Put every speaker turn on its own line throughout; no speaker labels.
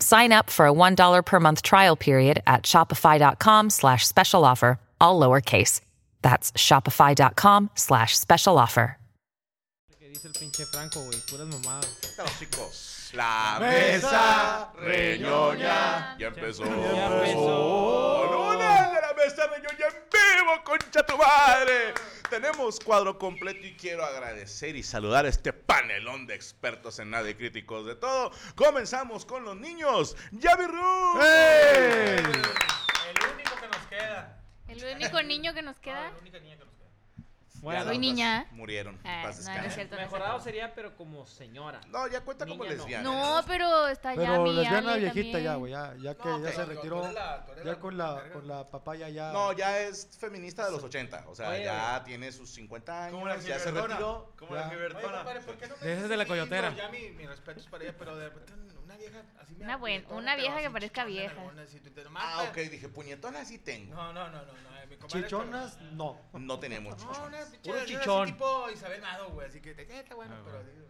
Sign up for a $1 per month trial period at Shopify.com slash special offer, all lowercase. That's Shopify.com slash special offer.
que dice el pinche Franco, güey, puras mamadas.
Tóxicos. La mesa reñoña ya empezó.
Ya empezó.
Lunes de la mesa reñoña en vivo, concha tu madre. Tenemos cuadro completo y quiero agradecer y saludar a este panelón de expertos en nada y críticos de todo. Comenzamos con los niños. Yavi Ruth.
El único niño que nos queda.
Bueno,
Soy niña.
Murieron.
Ah, no,
Paz
no es
descanse.
cierto. no es
mejorado
cierto.
sería, pero como señora.
No, ya cuenta como
Niña no.
lesbiana.
No, pero está ya
Pero
mi
lesbiana
Ale
viejita ya,
también.
güey, ya, ya que ya se retiró, ya con la, con la papaya ya...
No, ya es feminista de los 80. O sea,
Oye,
ya tiene sus 50 años.
Como la
ya se
Gilbertona.
retiró.
Como la
Ya.
Gilbertona.
Esa es de la coyotera.
Ya mi, mi respeto es para ella, pero de repente una vieja así me
Una buen-
puñetona,
una
pero
vieja
así
que parezca
chichona,
vieja.
nalgona, así, tú te-
Ah,
Marta.
ok, dije, puñetona sí tengo.
No, no, no, no, no. eh, mi comadre,
Chichonas, no.
No, tenemos
pero- No, una
chichonas.
pinche
Puro
lesbiana
chichón.
así tipo Isabel Mado, güey, así que te "Eh, está
Ah,
bueno, pero digo,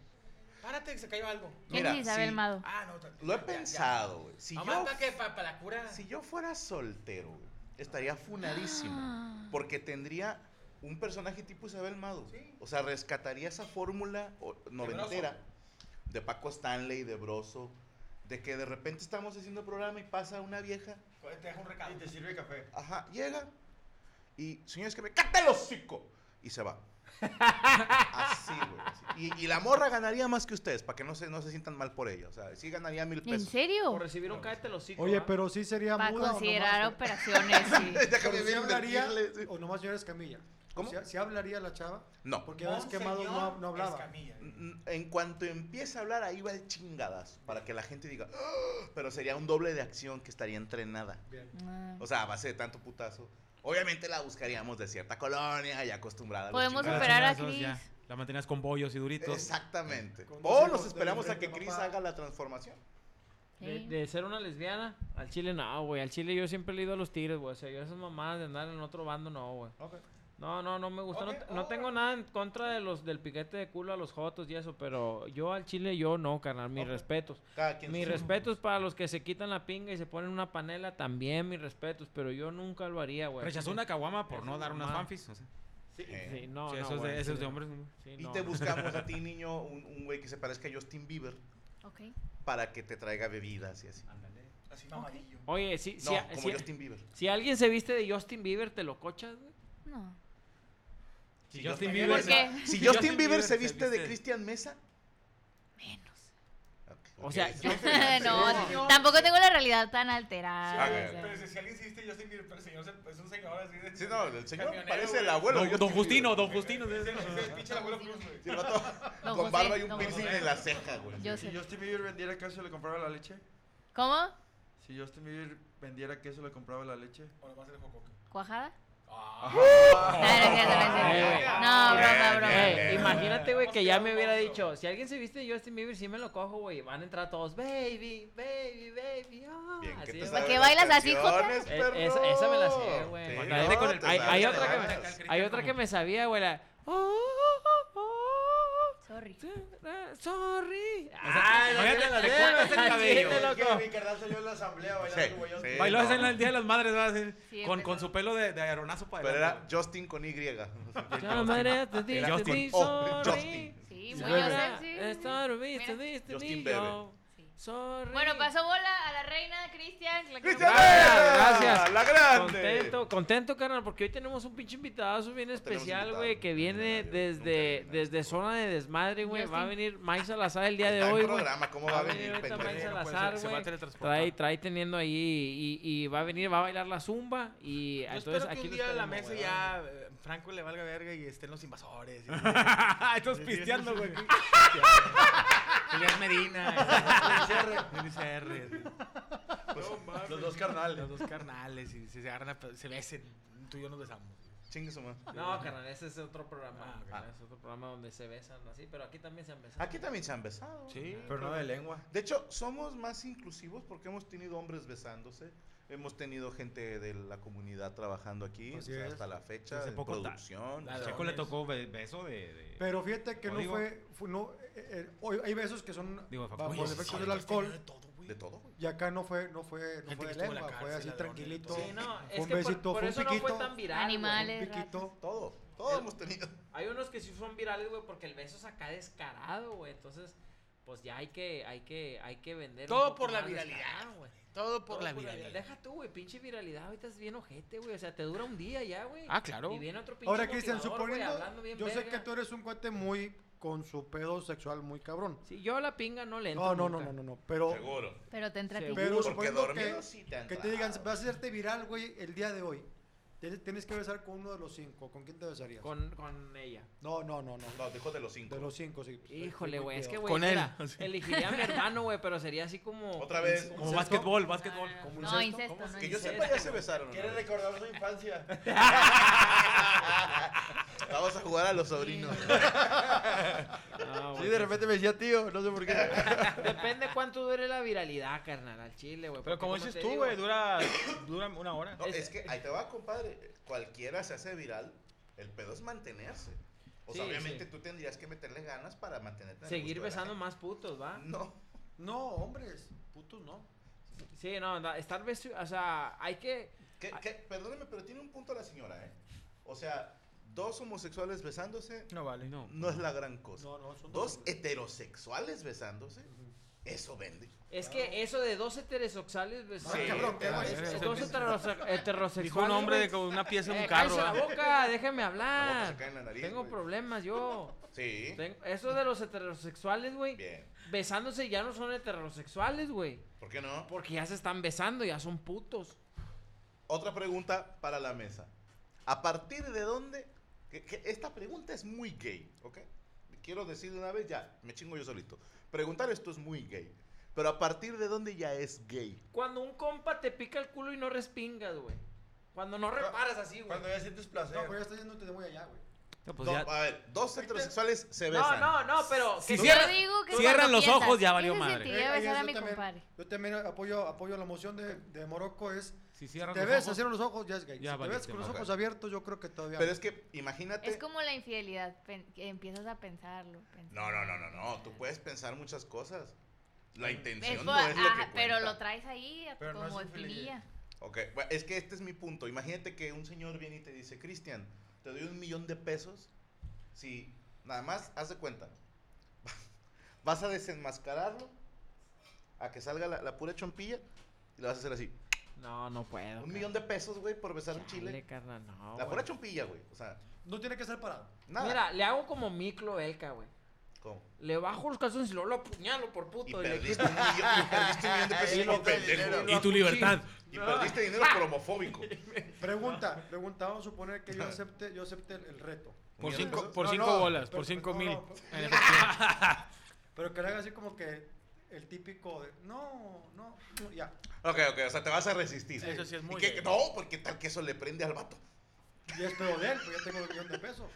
párate que se cayó algo.
¿Quién
Mira,
es Isabel
sí.
Mado?
Ah, no. tranquila,
Lo he
ya, ya.
pensado, güey. Si,
Nomás
yo-
para que para la cura.
si yo fuera soltero, güey, estaría funadísimo. Porque tendría un personaje tipo Isabel Mado. O sea, rescataría esa fórmula o- noventera de Paco Stanley, de Broso. De que de repente estamos haciendo el programa y pasa una vieja
Te dejo un recado. Y te sirve café.
Ajá, llega y, señores, que me canta el hocico. Y se va. Así, güey. así. Y, y la morra ganaría más que ustedes, para que no se, no se sientan mal por ella. O sea, sí ganaría mil
¿En
Pues,
pesos.
serio?
Por recibir un cállate los hijos.
Oye, pero sí sería
Para
muda
considerar
o nomás,
operaciones, sí.
Ya que
pero
me
sí
vieron
hablaría,
decirle, sí.
o nomás señora Escamilla.
¿Cómo?
¿Sí, sí hablaría la chava?
No.
Porque ya ves que Mado no, no hablaba.
Mm, En cuanto empiece a hablar, ahí va el chingadas. Para que la gente diga, "Ah", pero sería un doble de acción que estaría entrenada.
Ah.
O sea, a base de tanto putazo. Obviamente la buscaríamos de cierta colonia y acostumbrada. a los
Podemos
chingadazos.
superar a
Esos
Chris.
ya, La mantienes con bollos y duritos.
Exactamente.
Con dos
O
hijos
nos
del
esperamos a
rey
que
de
Chris
papá.
haga la transformación.
De,
Sí.
de ser una lesbiana, al chile no, güey. Al chile yo siempre le he ido a los tigres, güey. O sea, yo esas mamadas de andar en otro bando no, güey.
Ok.
No, no, no me gusta.
Ok,
no, te- no
oh.
ahora.
tengo nada en contra de los del piquete de culo a los jotos y eso, pero yo al chile yo no, carnal. Mis respetos.
Cada quien
Mis
su-
respetos para los que se quitan la pinga y se ponen una panela, también mis respetos, pero yo nunca lo haría, güey.
Rechazó una caguama por no dar
Pues,
unas
mamá.
fanfis. o sea.
Eh.
Sí, no,
Sí,
no,
eso es
güey,
de, eso es
sí,
de
no.
hombres.
Sí,
Y
no,
te
no.
buscamos a ti, niño, un un güey que se parezca a Justin Bieber
Ok.
para que te traiga bebidas y así.
Así mamadillo.
Oye, si,
No,
si, a-
como
si,
Justin Bieber.
si alguien se viste de Justin Bieber, ¿te lo cochas, güey?
No.
Si Justin
¿Por
Bieber.
qué?
Si Justin Bieber se viste de Christian Mesa.
Menos.
ok,
O
ok,
sea,
es
yo-
lo que-
No, tampoco tengo la realidad tan alterada. o
Ah,
sea.
Pero si- si alguien insiste, yo soy mi pero el señor se- pues, es un señor así de.
Sí, no, el señor
Camionero,
parece el
güey.
abuelo. de
Don, don
Justin
Justino,
Bieber.
don Justino.
Ese- ese pinche abuelo Cruz, güey.
Sí, el vato
Don
Con
José,
barba y un
don
piercing
José.
en la ceja, güey.
Yo
Si
sé.
Justin Bieber vendiera queso, ¿le compraba la leche?
¿Cómo?
Si Justin Bieber vendiera queso, ¿le compraba la leche?
O nomás el jocoque.
¿Cuajada? No, no es cierto, no es cierto. No, broma, broma.
Ey, imagínate, güey, que ya me hubiera dicho, si alguien se viste de Justin Bieber, sí me lo cojo, güey. Van a entrar todos, baby, baby, baby. ah",
Bien, ¿qué
así,
te
güey.
sabes
qué
las
bailas así,
canciones,
Eh,
perro?
esa, esa me la sé, güey.
Sí,
Macarena
no,
con el-
te
hay,
sabes
hay
las
otra que me, "Oh,
canciones.
hay otra que me sabía, güey. la-
Sorry.
oh, Sorry.
Ah,
imagínate, te cortas el cabello.
Que mi carnal salió en la asamblea bailando como yo.
Eh,
Sí,
Bailó
no.
en el Día de las Madres, ¿verdad? Así,
Sí, es
con,
verdad.
con su pelo de, de aeronazo para
Pero era
adelante.
Justin con Y.
Ya, madre, te di,
Era
te di,
con O,
sorry.
Oh, Justin.
Sí,
Y
muy
ahora,
sexy.
eh, sorry,
Mira.
te di, te
Justin
di
Bieber.
yo.
Sí.
Sorry.
Bueno, pasó bola a la reina, Cristian. la quiero
¡Cristian! eh.
mucho.
Gracias.
La grande.
Contento, contento, carnal, porque hoy tenemos un pinche invitadazo bien especial,
invitado,
güey, que
no
viene
tenemos nadie, nunca
desde,
viene nadie.
desde zona de desmadre, güey. Va a
Justin.
venir Mike Salazar el día de
Está en
hoy, güey.
programa, ¿cómo va
Va
a
a venir
venir?
ahorita
pendejo?
Mike
puede ser,
Salazar,
se va a
güey.
teletransportar.
Trae, trae teniendo ahí y, y va a venir, va a bailar la zumba y
Ah,
Yo
entonces
espero que
aquí
un
los
día la
tenemos,
mesa
güey.
ya eh, Franco le valga verga y estén los invasores. y-
Estás Ah, pisteando, güey.
Julián Medina, Luis R. Luis R.
Los dos carnales.
Los dos carnales y se se agarran, a pe- se besen. Tú y yo nos besamos.
Chingue su madre.
No, carnal, ese es otro programa.
Ah,
carnal, Es otro programa donde se besan así, pero aquí también se han besado.
Aquí también se han besado.
Sí, pero no de lengua.
De hecho, somos más inclusivos porque hemos tenido hombres besándose. Hemos tenido gente de la comunidad trabajando aquí o
Así
sea,
es.
hasta la fecha.
Hace
en
poco ta-
producción.
la-
Checo le tocó be- beso de. de-
Pero fíjate que no
Código.
fue, fue- no, eh, eh, hoy- hay besos que son
Digo,
bajo
Facundo.
los
Oye,
efectos
sí,
del alcohol
de todo, güey.
y acá no fue, no fue, no
Gente
fue
que
de
estuvo en la
lengua, fue
cárcel,
así
ladrones y
tranquilito.
todo.
Sí, no,
Fue
es
un
que por-
besito,
por,
fue un
eso no fue
piquito.
tan viral. güey.
Un
Animales.
piquito.
Todo. Todo hemos tenido.
Hay unos que sí son virales, güey, porque el beso es acá descarado, güey. Entonces, pues ya hay que, hay que, hay que vender. un
Todo
poco
por la
más
viralidad,
descarado, güey.
Todo
Todo Deja tú, güey, pinche viralidad. Ahorita es bien ojete, güey. O sea, te dura un día ya, güey.
Ah, claro.
Y viene otro pinche
Ahora, Cristian,
motivador, güey,
suponiendo,
hablando bien
yo sé
verga.
que tú eres un cuate muy con su pedo sexual muy cabrón.
Sí, yo a la pinga no le entro
No, no, no,
nunca.
no, no, no, pero
Seguro.
Pero te entra a ti.
Seguro.
Pero
Porque
suponiendo que,
dormido sí te han
que te digan,
tragado.
vas a hacerte viral, güey, el día de hoy. Te- Tienes que besar con uno de los cinco. ¿Con quién te besarías?
Con, con ella.
No, no, no, no.
No, dijo de los cinco.
De los cinco, sí.
Híjole, güey. Es que, güey,
Con él,
mira,
así.
elegiría a mi hermano, güey, pero sería así como...
Otra vez.
Como básquetbol, básquetbol.
¿Como
Ah, No,
incesto?
incesto. no
Que yo
incesto.
sepa, ya se besaron. ¿no?
¿Quieres recordar su infancia?
Ah,
Vamos a jugar a los sobrinos.
No, güey, pues,
Sí, de repente me decía tío, no sé por qué.
Depende cuánto dure la viralidad, carnal, al chile, güey.
Pero
porque
como dices
te
tú,
digo,
güey, dura, dura una hora.
No, es que ahí te va, compadre. Cualquiera se hace viral. El pedo es mantenerse. O sea,
Sí,
obviamente
sí.
tú tendrías que meterle ganas para mantenerte. en el
Seguir
gusto de la
besando
gente.
más putos, ¿va?
No.
No, hombres, putos no.
Sí, no, no, estar besu... O sea, hay que...
Que,
Ay.
que- perdóneme, pero tiene un punto la señora, ¿eh? O sea, dos homosexuales besándose
No vale. No.
no es la gran cosa.
No, no, son
Dos
hombres.
heterosexuales besándose, eso vende.
Es que eso de dos heterosexuales... pues, bes-
Sí,
cabrón, qué
claro.
güey.
Dos heterose- heterosexuales...
Dijo un hombre
güey.
de con una pieza en un
Eh,
carro.
cállese la
¿verdad?
boca, déjeme
La boca
hablar.
se cae en la nariz,
Tengo
güey.
problemas yo.
Sí.
Tengo- Eso de los heterosexuales, güey.
Bien.
Besándose ya no son heterosexuales, güey.
¿Por qué no?
Porque ya se están besando, ya son putos.
Otra pregunta para la mesa. ¿A partir de dónde? que- que esta pregunta es muy gay, ¿ok? Quiero decir de una vez ya, me chingo yo solito. Preguntar esto es muy gay. Pero a partir de dónde ya es gay.
Cuando un compa te pica el culo y no respingas, güey. Cuando no reparas así, güey.
Cuando ya sientes placer.
No, pero ya estás yéndote de muy allá, güey.
No, pues
Do-
ya-
A ver,
Este
dos heterosexuales se
No,
besan.
no, no, pero.
Si
tú-
cierra-
Yo digo que
cierran
cuando
los
piensas,
ojos, ya
¿qué
valió
se
madre.
sentiría
Eh, ahí
besar
es
a
yo
mi
también-
compadre.
Yo también apoyo, apoyo la moción de, de Morocco, es...
Si
Te
cierran los
ves,
ojos.
cierran los ojos, ya es gay.
Ya
si te ves
valiste,
con los
madre.
ojos abiertos, yo creo que todavía...
Pero
no.
es que imagínate.
Es como la infidelidad, pen- que empiezas a pensarlo. pensarlo.
No, no, no, no, no. Tú puedes pensar muchas cosas. La
Es
intención
por-
no es lo
ah,
que
Pues pero lo
cuenta.
traes ahí a-
Pero no
como
es infidelidad.
espinilla.
Ok, bueno, es que este es mi punto. Imagínate que un señor viene y te dice, Cristian, te doy un millón de pesos si nada más, haz de cuenta, vas a desenmascararlo a que salga la, la pura chompilla y lo vas a hacer así.
No, no puedo.
Un millón de pesos, güey, por besar un chile.
carnal, no.
La
güey.
pura chompilla, güey. O sea,
No tiene que ser parado.
nada.
Mira, le hago como Miclo Elka, güey.
¿Cómo?
Le bajo los calzones y luego lo apuñalo por
Y
puto. y le
perdiste, un millón, y perdiste un millón de pesos como pendejo.
Y tu libertad.
Y perdiste dinero por homofóbico.
Pregunta, pregunta, vamos a suponer que yo acepte, yo acepte el, el reto.
Por
Mira,
cinco,
eso-
por
No,
cinco
no,
bolas,
pero-
por cinco
no,
mil. Eh,
no,
En
pero-
efectivo.
Pero que le haga así como que el típico de, no, no, no, ya.
Ok, ok, o sea, te vas a resistir.
Sí, eso sí es
¿Y
muy
qué-
gay.
No, porque tal que eso le prende al vato.
Y es pedo de él, pues ya tengo el millón de pesos.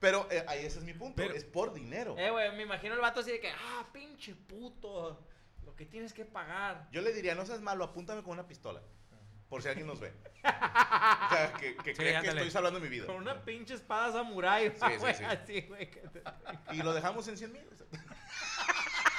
Pero eh, ahí ese es mi punto,
Pero-
es por dinero.
Eh, güey, me imagino el vato así de que, ah, pinche puto. Lo que tienes que pagar.
Yo le diría, no seas malo, apúntame con una pistola. Por si alguien nos ve. O sea, que, que
Sí,
cree que
ándale.
estoy hablando de mi vida.
Con una pinche espada samurái.
Sí, sí,
güey,
sí. Ah.
Así, güey. que te-
Y lo dejamos en 100 mil.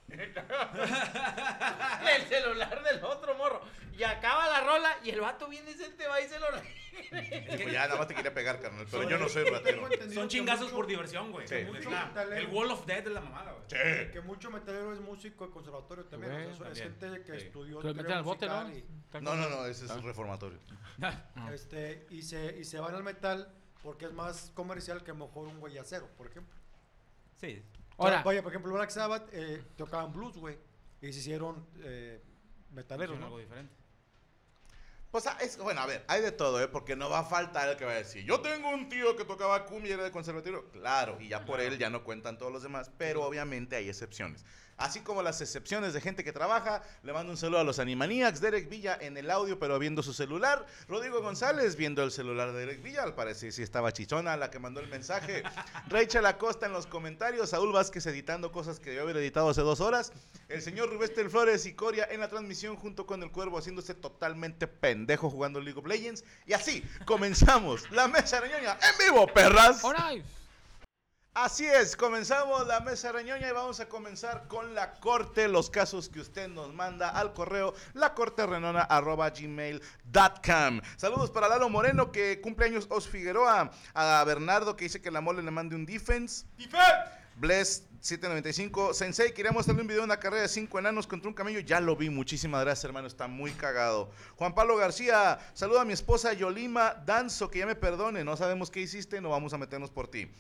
el celular del otro morro. Y acaba la rola y el vato viene y se te va y se lo
Y pues ya nada más te quería pegar, carnal, pero yo no soy ratero.
Son chingazos por diversión, güey.
Sí.
El slam. El Wall of Death es la mamada, güey.
Sí.
Que mucho metalero es músico de conservatorio también.
Güey,
o sea, son- es
también.
gente que
Sí.
estudió.
Pero
teoría
meten al bote,
musical
¿no? Ah.
y-
No, no, no, ese es un reformatorio.
Este, y se, y se van al metal porque es más comercial que a lo mejor un güey acero, por ejemplo.
Sí.
Ahora,
Ahora-
vaya, por ejemplo, Black Sabbath eh, tocaban blues, güey, y se hicieron eh, metaleros,
Hicieron
¿no?
algo diferente.
Pues ah, es, bueno, a ver, hay de todo, ¿eh? Porque no va a faltar el que va a decir, yo tengo un tío que tocaba cumbia y era de conservatorio. Claro, y ya por él ya no cuentan todos los demás, pero obviamente hay excepciones. Así como las excepciones de gente que trabaja, le mando un saludo a los Animaniacs, Derek Villa en el audio pero viendo su celular, Rodrigo González viendo el celular de Derek Villa, al parecer sí estaba chichona la que mandó el mensaje, Rachel Acosta en los comentarios, Saúl Vázquez editando cosas que debió haber editado hace dos horas, el señor Rubén Flores y Coria en la transmisión junto con el Cuervo haciéndose totalmente pendejo jugando League of Legends. Y así comenzamos la mesa reñoña en vivo, perras. Así es, comenzamos la mesa reñoña y vamos a comenzar con la corte, los casos que usted nos manda al correo lacorterenona.gmail.com. Saludos para Lalo Moreno que cumpleaños Os Figueroa, a Bernardo que dice que la mole le mande un defense. Bless 795 Sensei, quería mostrarle un video de una carrera de cinco enanos contra un camello. Ya lo vi, muchísimas gracias, hermano. Está muy cagado. Juan Pablo García, saludo a mi esposa Yolima Danzo, que ya me perdone. No sabemos qué hiciste, no vamos a meternos por ti.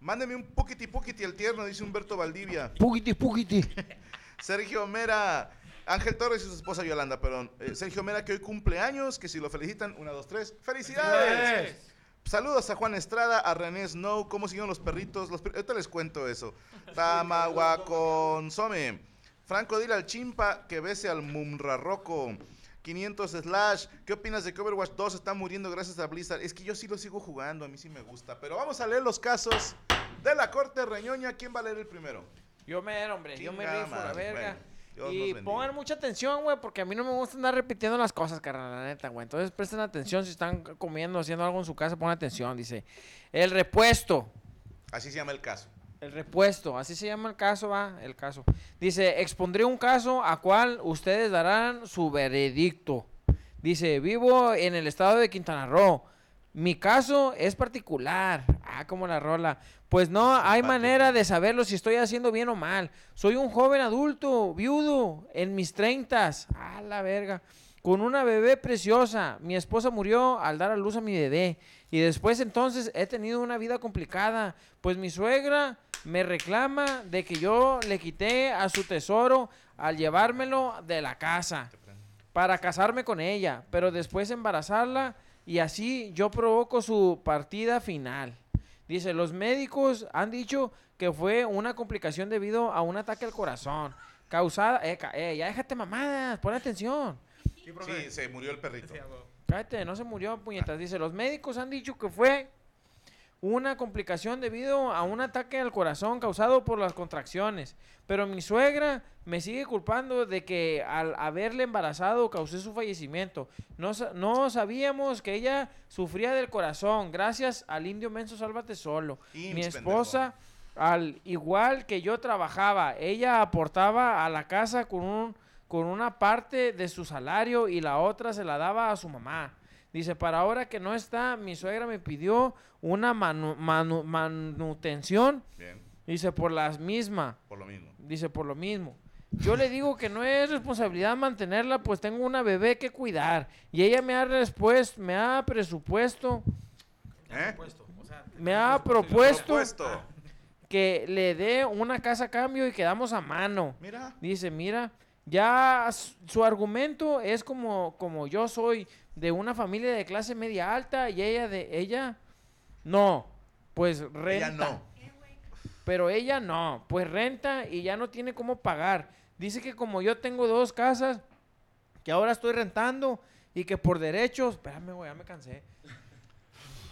Mándeme un poquiti poquiti el tierno, dice Humberto Valdivia.
Puquiti, puquiti.
Sergio Mera, Ángel Torres y su esposa Yolanda, perdón. Eh, Sergio Mera que hoy cumpleaños, que si lo felicitan, una, dos, tres. ¡Felicidades!
¡Felicidades!
Saludos a Juan Estrada, a René Snow, ¿cómo siguieron los perritos? Los per- Ahorita les cuento eso. Tamaguaconsome. Franco, dile al chimpa que bese al mumrarroco. 500 slash. ¿Qué opinas de que Overwatch 2 está muriendo gracias a Blizzard? Es que yo sí lo sigo jugando, a mí sí me gusta. Pero vamos a leer los casos de la corte reñoña. ¿Quién va a leer el primero?
Yo me era, hombre. yo me
Chingada
rifo, la
madre,
verga.
bueno, Dios nos
y
bendiga.
pongan mucha atención, güey, porque a mí no me gusta andar repitiendo las cosas, carnal, la neta, güey. Entonces presten atención si están comiendo, haciendo algo en su casa, pongan atención. Dice, el repuesto.
Así se llama el caso.
El repuesto, así se llama el caso, va, el caso. Dice, expondré un caso a cual ustedes darán su veredicto. Dice, vivo en el estado de Quintana Roo. Mi caso es particular. Ah, como la rola. Pues no hay manera de saberlo si estoy haciendo bien o mal. Soy un joven adulto, viudo, en mis treintas. Ah, la verga. Con una bebé preciosa. Mi esposa murió al dar a luz a mi bebé. Y después entonces he tenido una vida complicada. Pues mi suegra me reclama de que yo le quité a su tesoro al llevármelo de la casa para casarme con ella, pero después embarazarla y así yo provoco su partida final. Dice, los médicos han dicho que fue una complicación debido a un ataque al corazón, causada... Eh, ca- eh, ya déjate mamadas, pon atención.
Sí, se murió el perrito.
Cállate, no se murió, puñetas. Dice, los médicos han dicho que fue una complicación debido a un ataque al corazón causado por las contracciones. Pero mi suegra me sigue culpando de que al haberle embarazado causé su fallecimiento. No, sa- no sabíamos que ella sufría del corazón gracias al indio menso Sálvate Solo. mi
pendejo.
esposa, al igual que yo trabajaba, ella aportaba a la casa con un con una parte de su salario y la otra se la daba a su mamá. Dice, para ahora que no está, mi suegra me pidió una manu- manu- manutención.
Bien,
Dice, por las mismas.
por lo mismo.
Dice, por lo mismo. Yo le digo que no es responsabilidad mantenerla, pues tengo una bebé que cuidar. Y ella me ha respuesto, me ha presupuesto,
¿Eh?
me ha propuesto Ah.
Propuesto.
que le dé una casa a cambio y quedamos a mano.
Mira.
Dice, mira, ya s- su argumento es como, como yo soy de una familia de clase media alta y ella de ella. No, pues renta.
Ella no.
Pero ella no, pues renta y ya no tiene cómo pagar. Dice que como yo tengo dos casas, que ahora estoy rentando y que por derechos, espérame, güey, ya me cansé.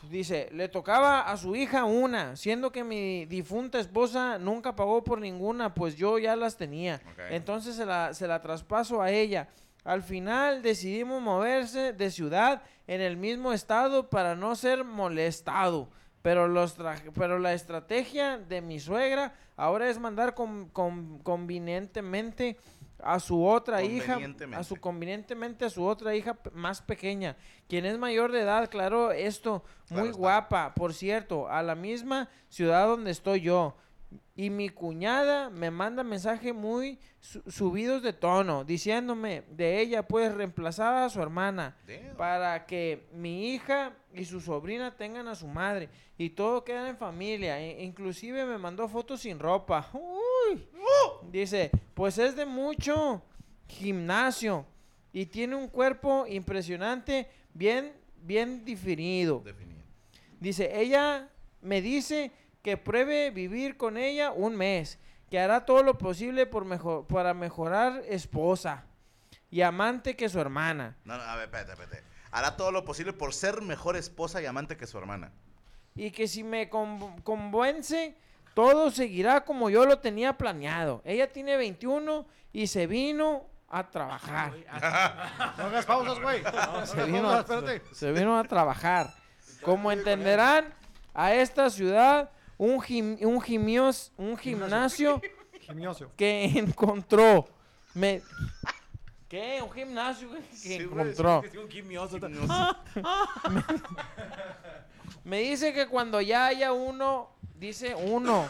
Dice, le tocaba a su hija una, siendo que mi difunta esposa nunca pagó por ninguna, pues yo ya las tenía. Entonces se la, se la traspaso a ella. Al final decidimos moverse de ciudad en el mismo estado para no ser molestado. Pero, los tra- pero la estrategia de mi suegra ahora es mandar con- con- convenientemente a su otra hija, a su convenientemente a su otra hija p- más pequeña, quien es mayor de edad, claro, esto, muy guapa, por cierto, a la misma ciudad donde estoy yo. Y mi cuñada me manda mensajes muy su- subidos de tono, diciéndome de ella, pues reemplazada a su hermana, para que mi hija y su sobrina tengan a su madre. Y todo queda en familia. E- inclusive me mandó fotos sin ropa. Uy. Dice, pues es de mucho gimnasio y tiene un cuerpo impresionante, bien, bien definido. Dice, ella me dice que pruebe vivir con ella un mes, que hará todo lo posible por mejo- para mejorar esposa y amante que su hermana.
No, no, a ver, espérate, espérate. Hará todo lo posible por ser mejor esposa y amante que su hermana.
y que si me con- convence, todo seguirá como yo lo tenía planeado. Ella tiene 21 y se vino a trabajar.
No hagas pausas, güey. No,
se,
no,
vino
no,
a,
espérate.
se vino a trabajar. Como entenderán, a esta ciudad un, gim- un, gimios- un gimnasio
Gimnasio.
que encontró. Me, ¿Qué? Un gimnasio güey, que encontró.
Ah.
Me dice que cuando ya haya uno, dice uno,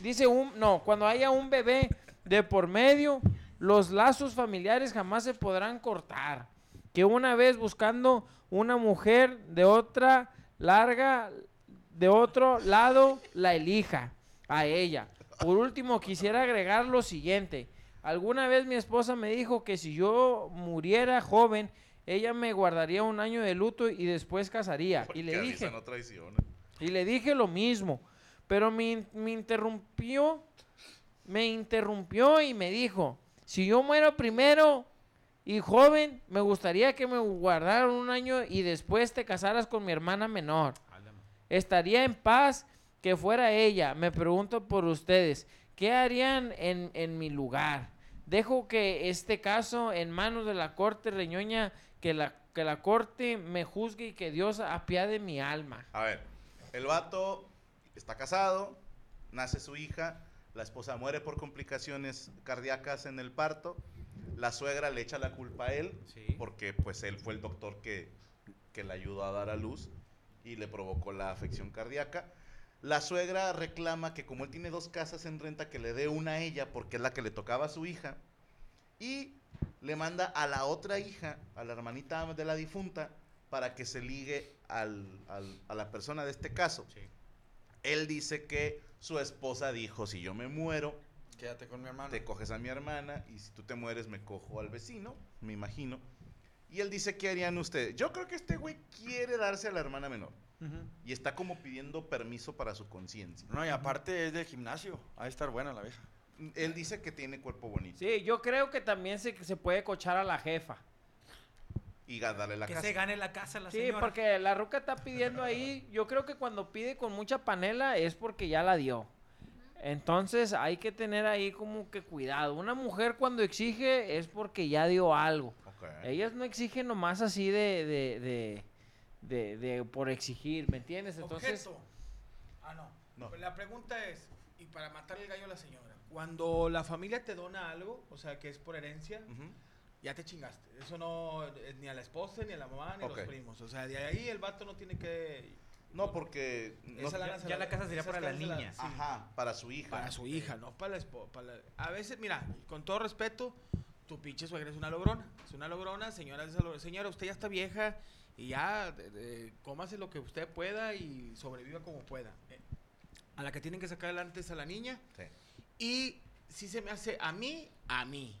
dice un, no, cuando haya un bebé de por medio, los lazos familiares jamás se podrán cortar. Que una vez buscando una mujer de otra larga, de otro lado, la elija a ella. Por último, quisiera agregar lo siguiente. Alguna vez mi esposa me dijo que si yo muriera joven, ella me guardaría un año de luto y después casaría. Y le dije,
no traiciona.
y le dije lo mismo, pero me, in- me interrumpió, me interrumpió y me dijo, si yo muero primero y joven, me gustaría que me guardaran un año y después te casaras con mi hermana menor. Estaría en paz que fuera ella. Me pregunto por ustedes, ¿qué harían en, en mi lugar? Dejo que este caso en manos de la corte reñoña, que la, que la corte me juzgue y que Dios apiade mi alma.
A ver, el vato está casado, nace su hija, la esposa muere por complicaciones cardíacas en el parto, la suegra le echa la culpa a él, porque pues él fue el doctor que, que la ayudó a dar a luz y le provocó la afección cardíaca. La suegra reclama que como él tiene dos casas en renta, que le dé una a ella porque es la que le tocaba a su hija. Y le manda a la otra hija, a la hermanita de la difunta, para que se ligue al- al- a la persona de este caso. Él dice que su esposa dijo, si yo me muero,
Quédate con mi hermano.
te coges a mi hermana y si tú te mueres me cojo al vecino, me imagino. Y él dice, ¿qué harían ustedes? Yo creo que este güey quiere darse a la hermana menor. Y está como pidiendo permiso para su conciencia.
No, y aparte es del gimnasio. Ha de estar buena la vieja.
Él dice que tiene cuerpo bonito.
Sí, yo creo que también se, se puede cochar a la jefa.
Y darle la
Que
casa.
se
gane la casa la
sí,
señora.
porque la ruca está pidiendo ahí. Yo creo que cuando pide con mucha panela es porque ya la dio. Entonces hay que tener ahí como que cuidado. Una mujer cuando exige es porque ya dio algo. Ellas no exigen nomás así de, de, de, de- de por exigir, ¿me entiendes? Entonces,
Objeto. Ah, no.
No.
La pregunta es, y para matar el gallo a la señora, cuando la familia te dona algo, o sea, que es por herencia, ya te chingaste. Eso no es ni a la esposa, ni a la mamá, ni a
Ok.
los primos. O sea, de ahí el vato no tiene que...
No, porque... no-
Esa lana se esas casas se la- sí.
Ajá, para su hija.
Ah,
Para su hija, no para la esposa. A veces, mira, con todo respeto, tu pinche suegra es una logrona. Es una logrona, señora, es una logrona. señora, usted ya está vieja y ya de- de, cómase lo que usted pueda y sobreviva como pueda. Eh, A la que tienen que sacar adelante es a la niña.
Sí.
Y si se me hace a mí, a mí.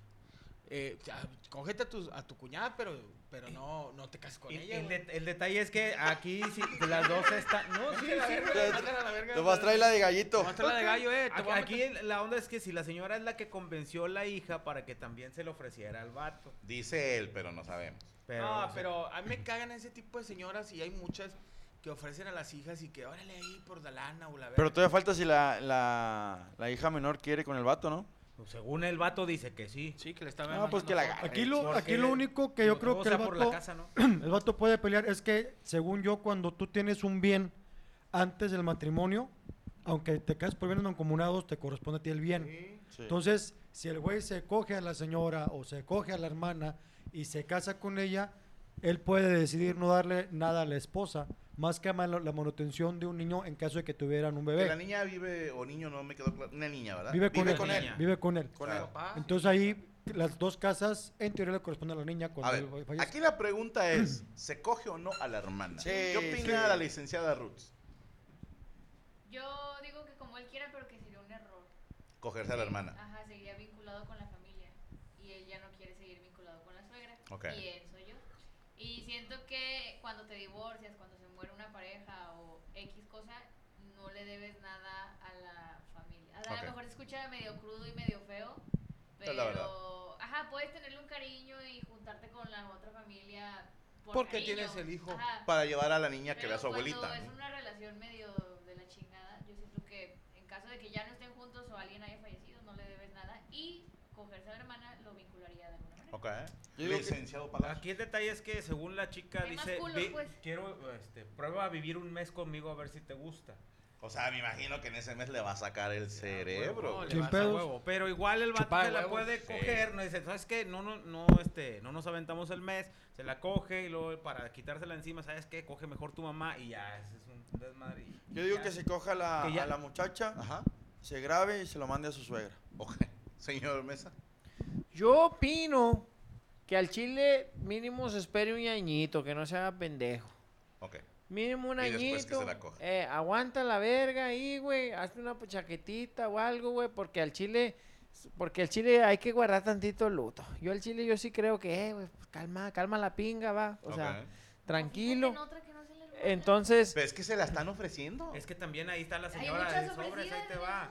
eh, ah, cógete a tu, a tu cuñada, pero, pero no, no te cases con
Y-
ella.
el,
güey.
de- el detalle es que aquí sí, las dos están. No, sí,
Sácala a la
sí,
verga, sácala a la verga.
vas
Nomás trae la de gallito. Nomás trae la de gallo, eh, te voy a
Aquí, aquí la onda es que si la señora es la que convenció a la hija para que también se le ofreciera al vato.
Dice él, pero no sabemos.
Ah, Pero,
no,
o sea,
Ah, pero a mí me cagan ese tipo de señoras y hay muchas que ofrecen a las hijas y que órale ahí por la lana o la verga.
Pero todavía falta si la, la, la hija menor quiere con el vato, ¿no?
pues, Según el vato dice que sí.
Sí, que le estaba
No, pues que la agarre.
Aquí lo,
Porque
aquí lo
le-
único que yo
no,
creo
o
que el
sea, por la
vato,
casa, ¿no?
el vato puede pelear es que, según yo, cuando tú tienes un bien antes del matrimonio, aunque te cases por bienes mancomunados, te corresponde a ti el bien.
Sí.
Entonces, si el güey se coge a la señora o se coge a la hermana y se casa con ella, él puede decidir no darle nada a la esposa, más que a la, la manutención de un niño en caso de que tuvieran un bebé.
Que la niña vive, o niño, no me quedó claro. Una niña, ¿verdad?
Vive con, él,
él.
Vive con él.
Con él.
Entonces ahí las dos casas en teoría le corresponden a la niña cuando
A ver,
él fallece.
aquí la pregunta es, ¿se coge o no a la hermana?
Sí,
¿Qué opina
sí.
la licenciada Roots?
Yo digo que como él quiera, pero que sería un error.
Cogerse a la hermana.
Ajá, seguiría vinculado con la familia. Y él ya no quiere seguir vinculado con la suegra.
Ok.
Y él soy yo. Y siento que cuando te divorcias, cuando se muere una pareja o X cosa, no le debes nada a la familia. A,
Ok.
lo mejor se escucha medio crudo y medio feo,
Es la verdad.
pero... Ajá, puedes tenerle un cariño y juntarte con la otra familia. Por
Porque
cariño.
tienes el hijo.
Ajá.
Para llevar a la niña que
Pero
vea a su
cuando
abuelita,
Es
¿no?
una relación medio de la chingada. Yo siento que en caso de que ya no estén juntos o alguien haya fallecido, no le debes nada. Y cogerse a la hermana lo vincularía de alguna manera.
Ok. ¿eh?
Yo digo que-
Licenciado Palacio.
Aquí el detalle es que según la chica
Hay más
dice,
culos,
"Ve,
pues".
quiero, este, prueba a vivir un mes conmigo a ver si te gusta.
O sea, me imagino que en ese mes le va a sacar el
Ah,
cerebro.
No,
güey.
le vas a huevo, Pero igual el vato
Chupada
se la
huevos.
puede
Sí.
coger, no dice, ¿sabes qué? No, no, no, este, no nos aventamos el mes, se la coge y luego para quitársela encima, ¿sabes qué? Coge mejor tu mamá y ya, ese es un desmadre. y
Yo digo
ya.
que se coja a la,
Que ya-
a la muchacha, se grabe y se lo mande a su suegra.
Señor Mesa.
Yo opino que al Chile mínimo se espere un añito, que no se haga pendejo.
Ok.
Mínimo un
Y después que
añito.
se la coja.
eh, aguanta la verga ahí, güey. Hazte una chaquetita o algo, güey. Porque al Chile. Porque al Chile hay que guardar tantito luto. Yo al Chile yo sí creo que, eh, güey, pues, calma, calma la pinga, va. O sea, tranquilo. Entonces.
Pero es que se la están ofreciendo.
Es que también ahí está la señora, de sobres, ahí te va.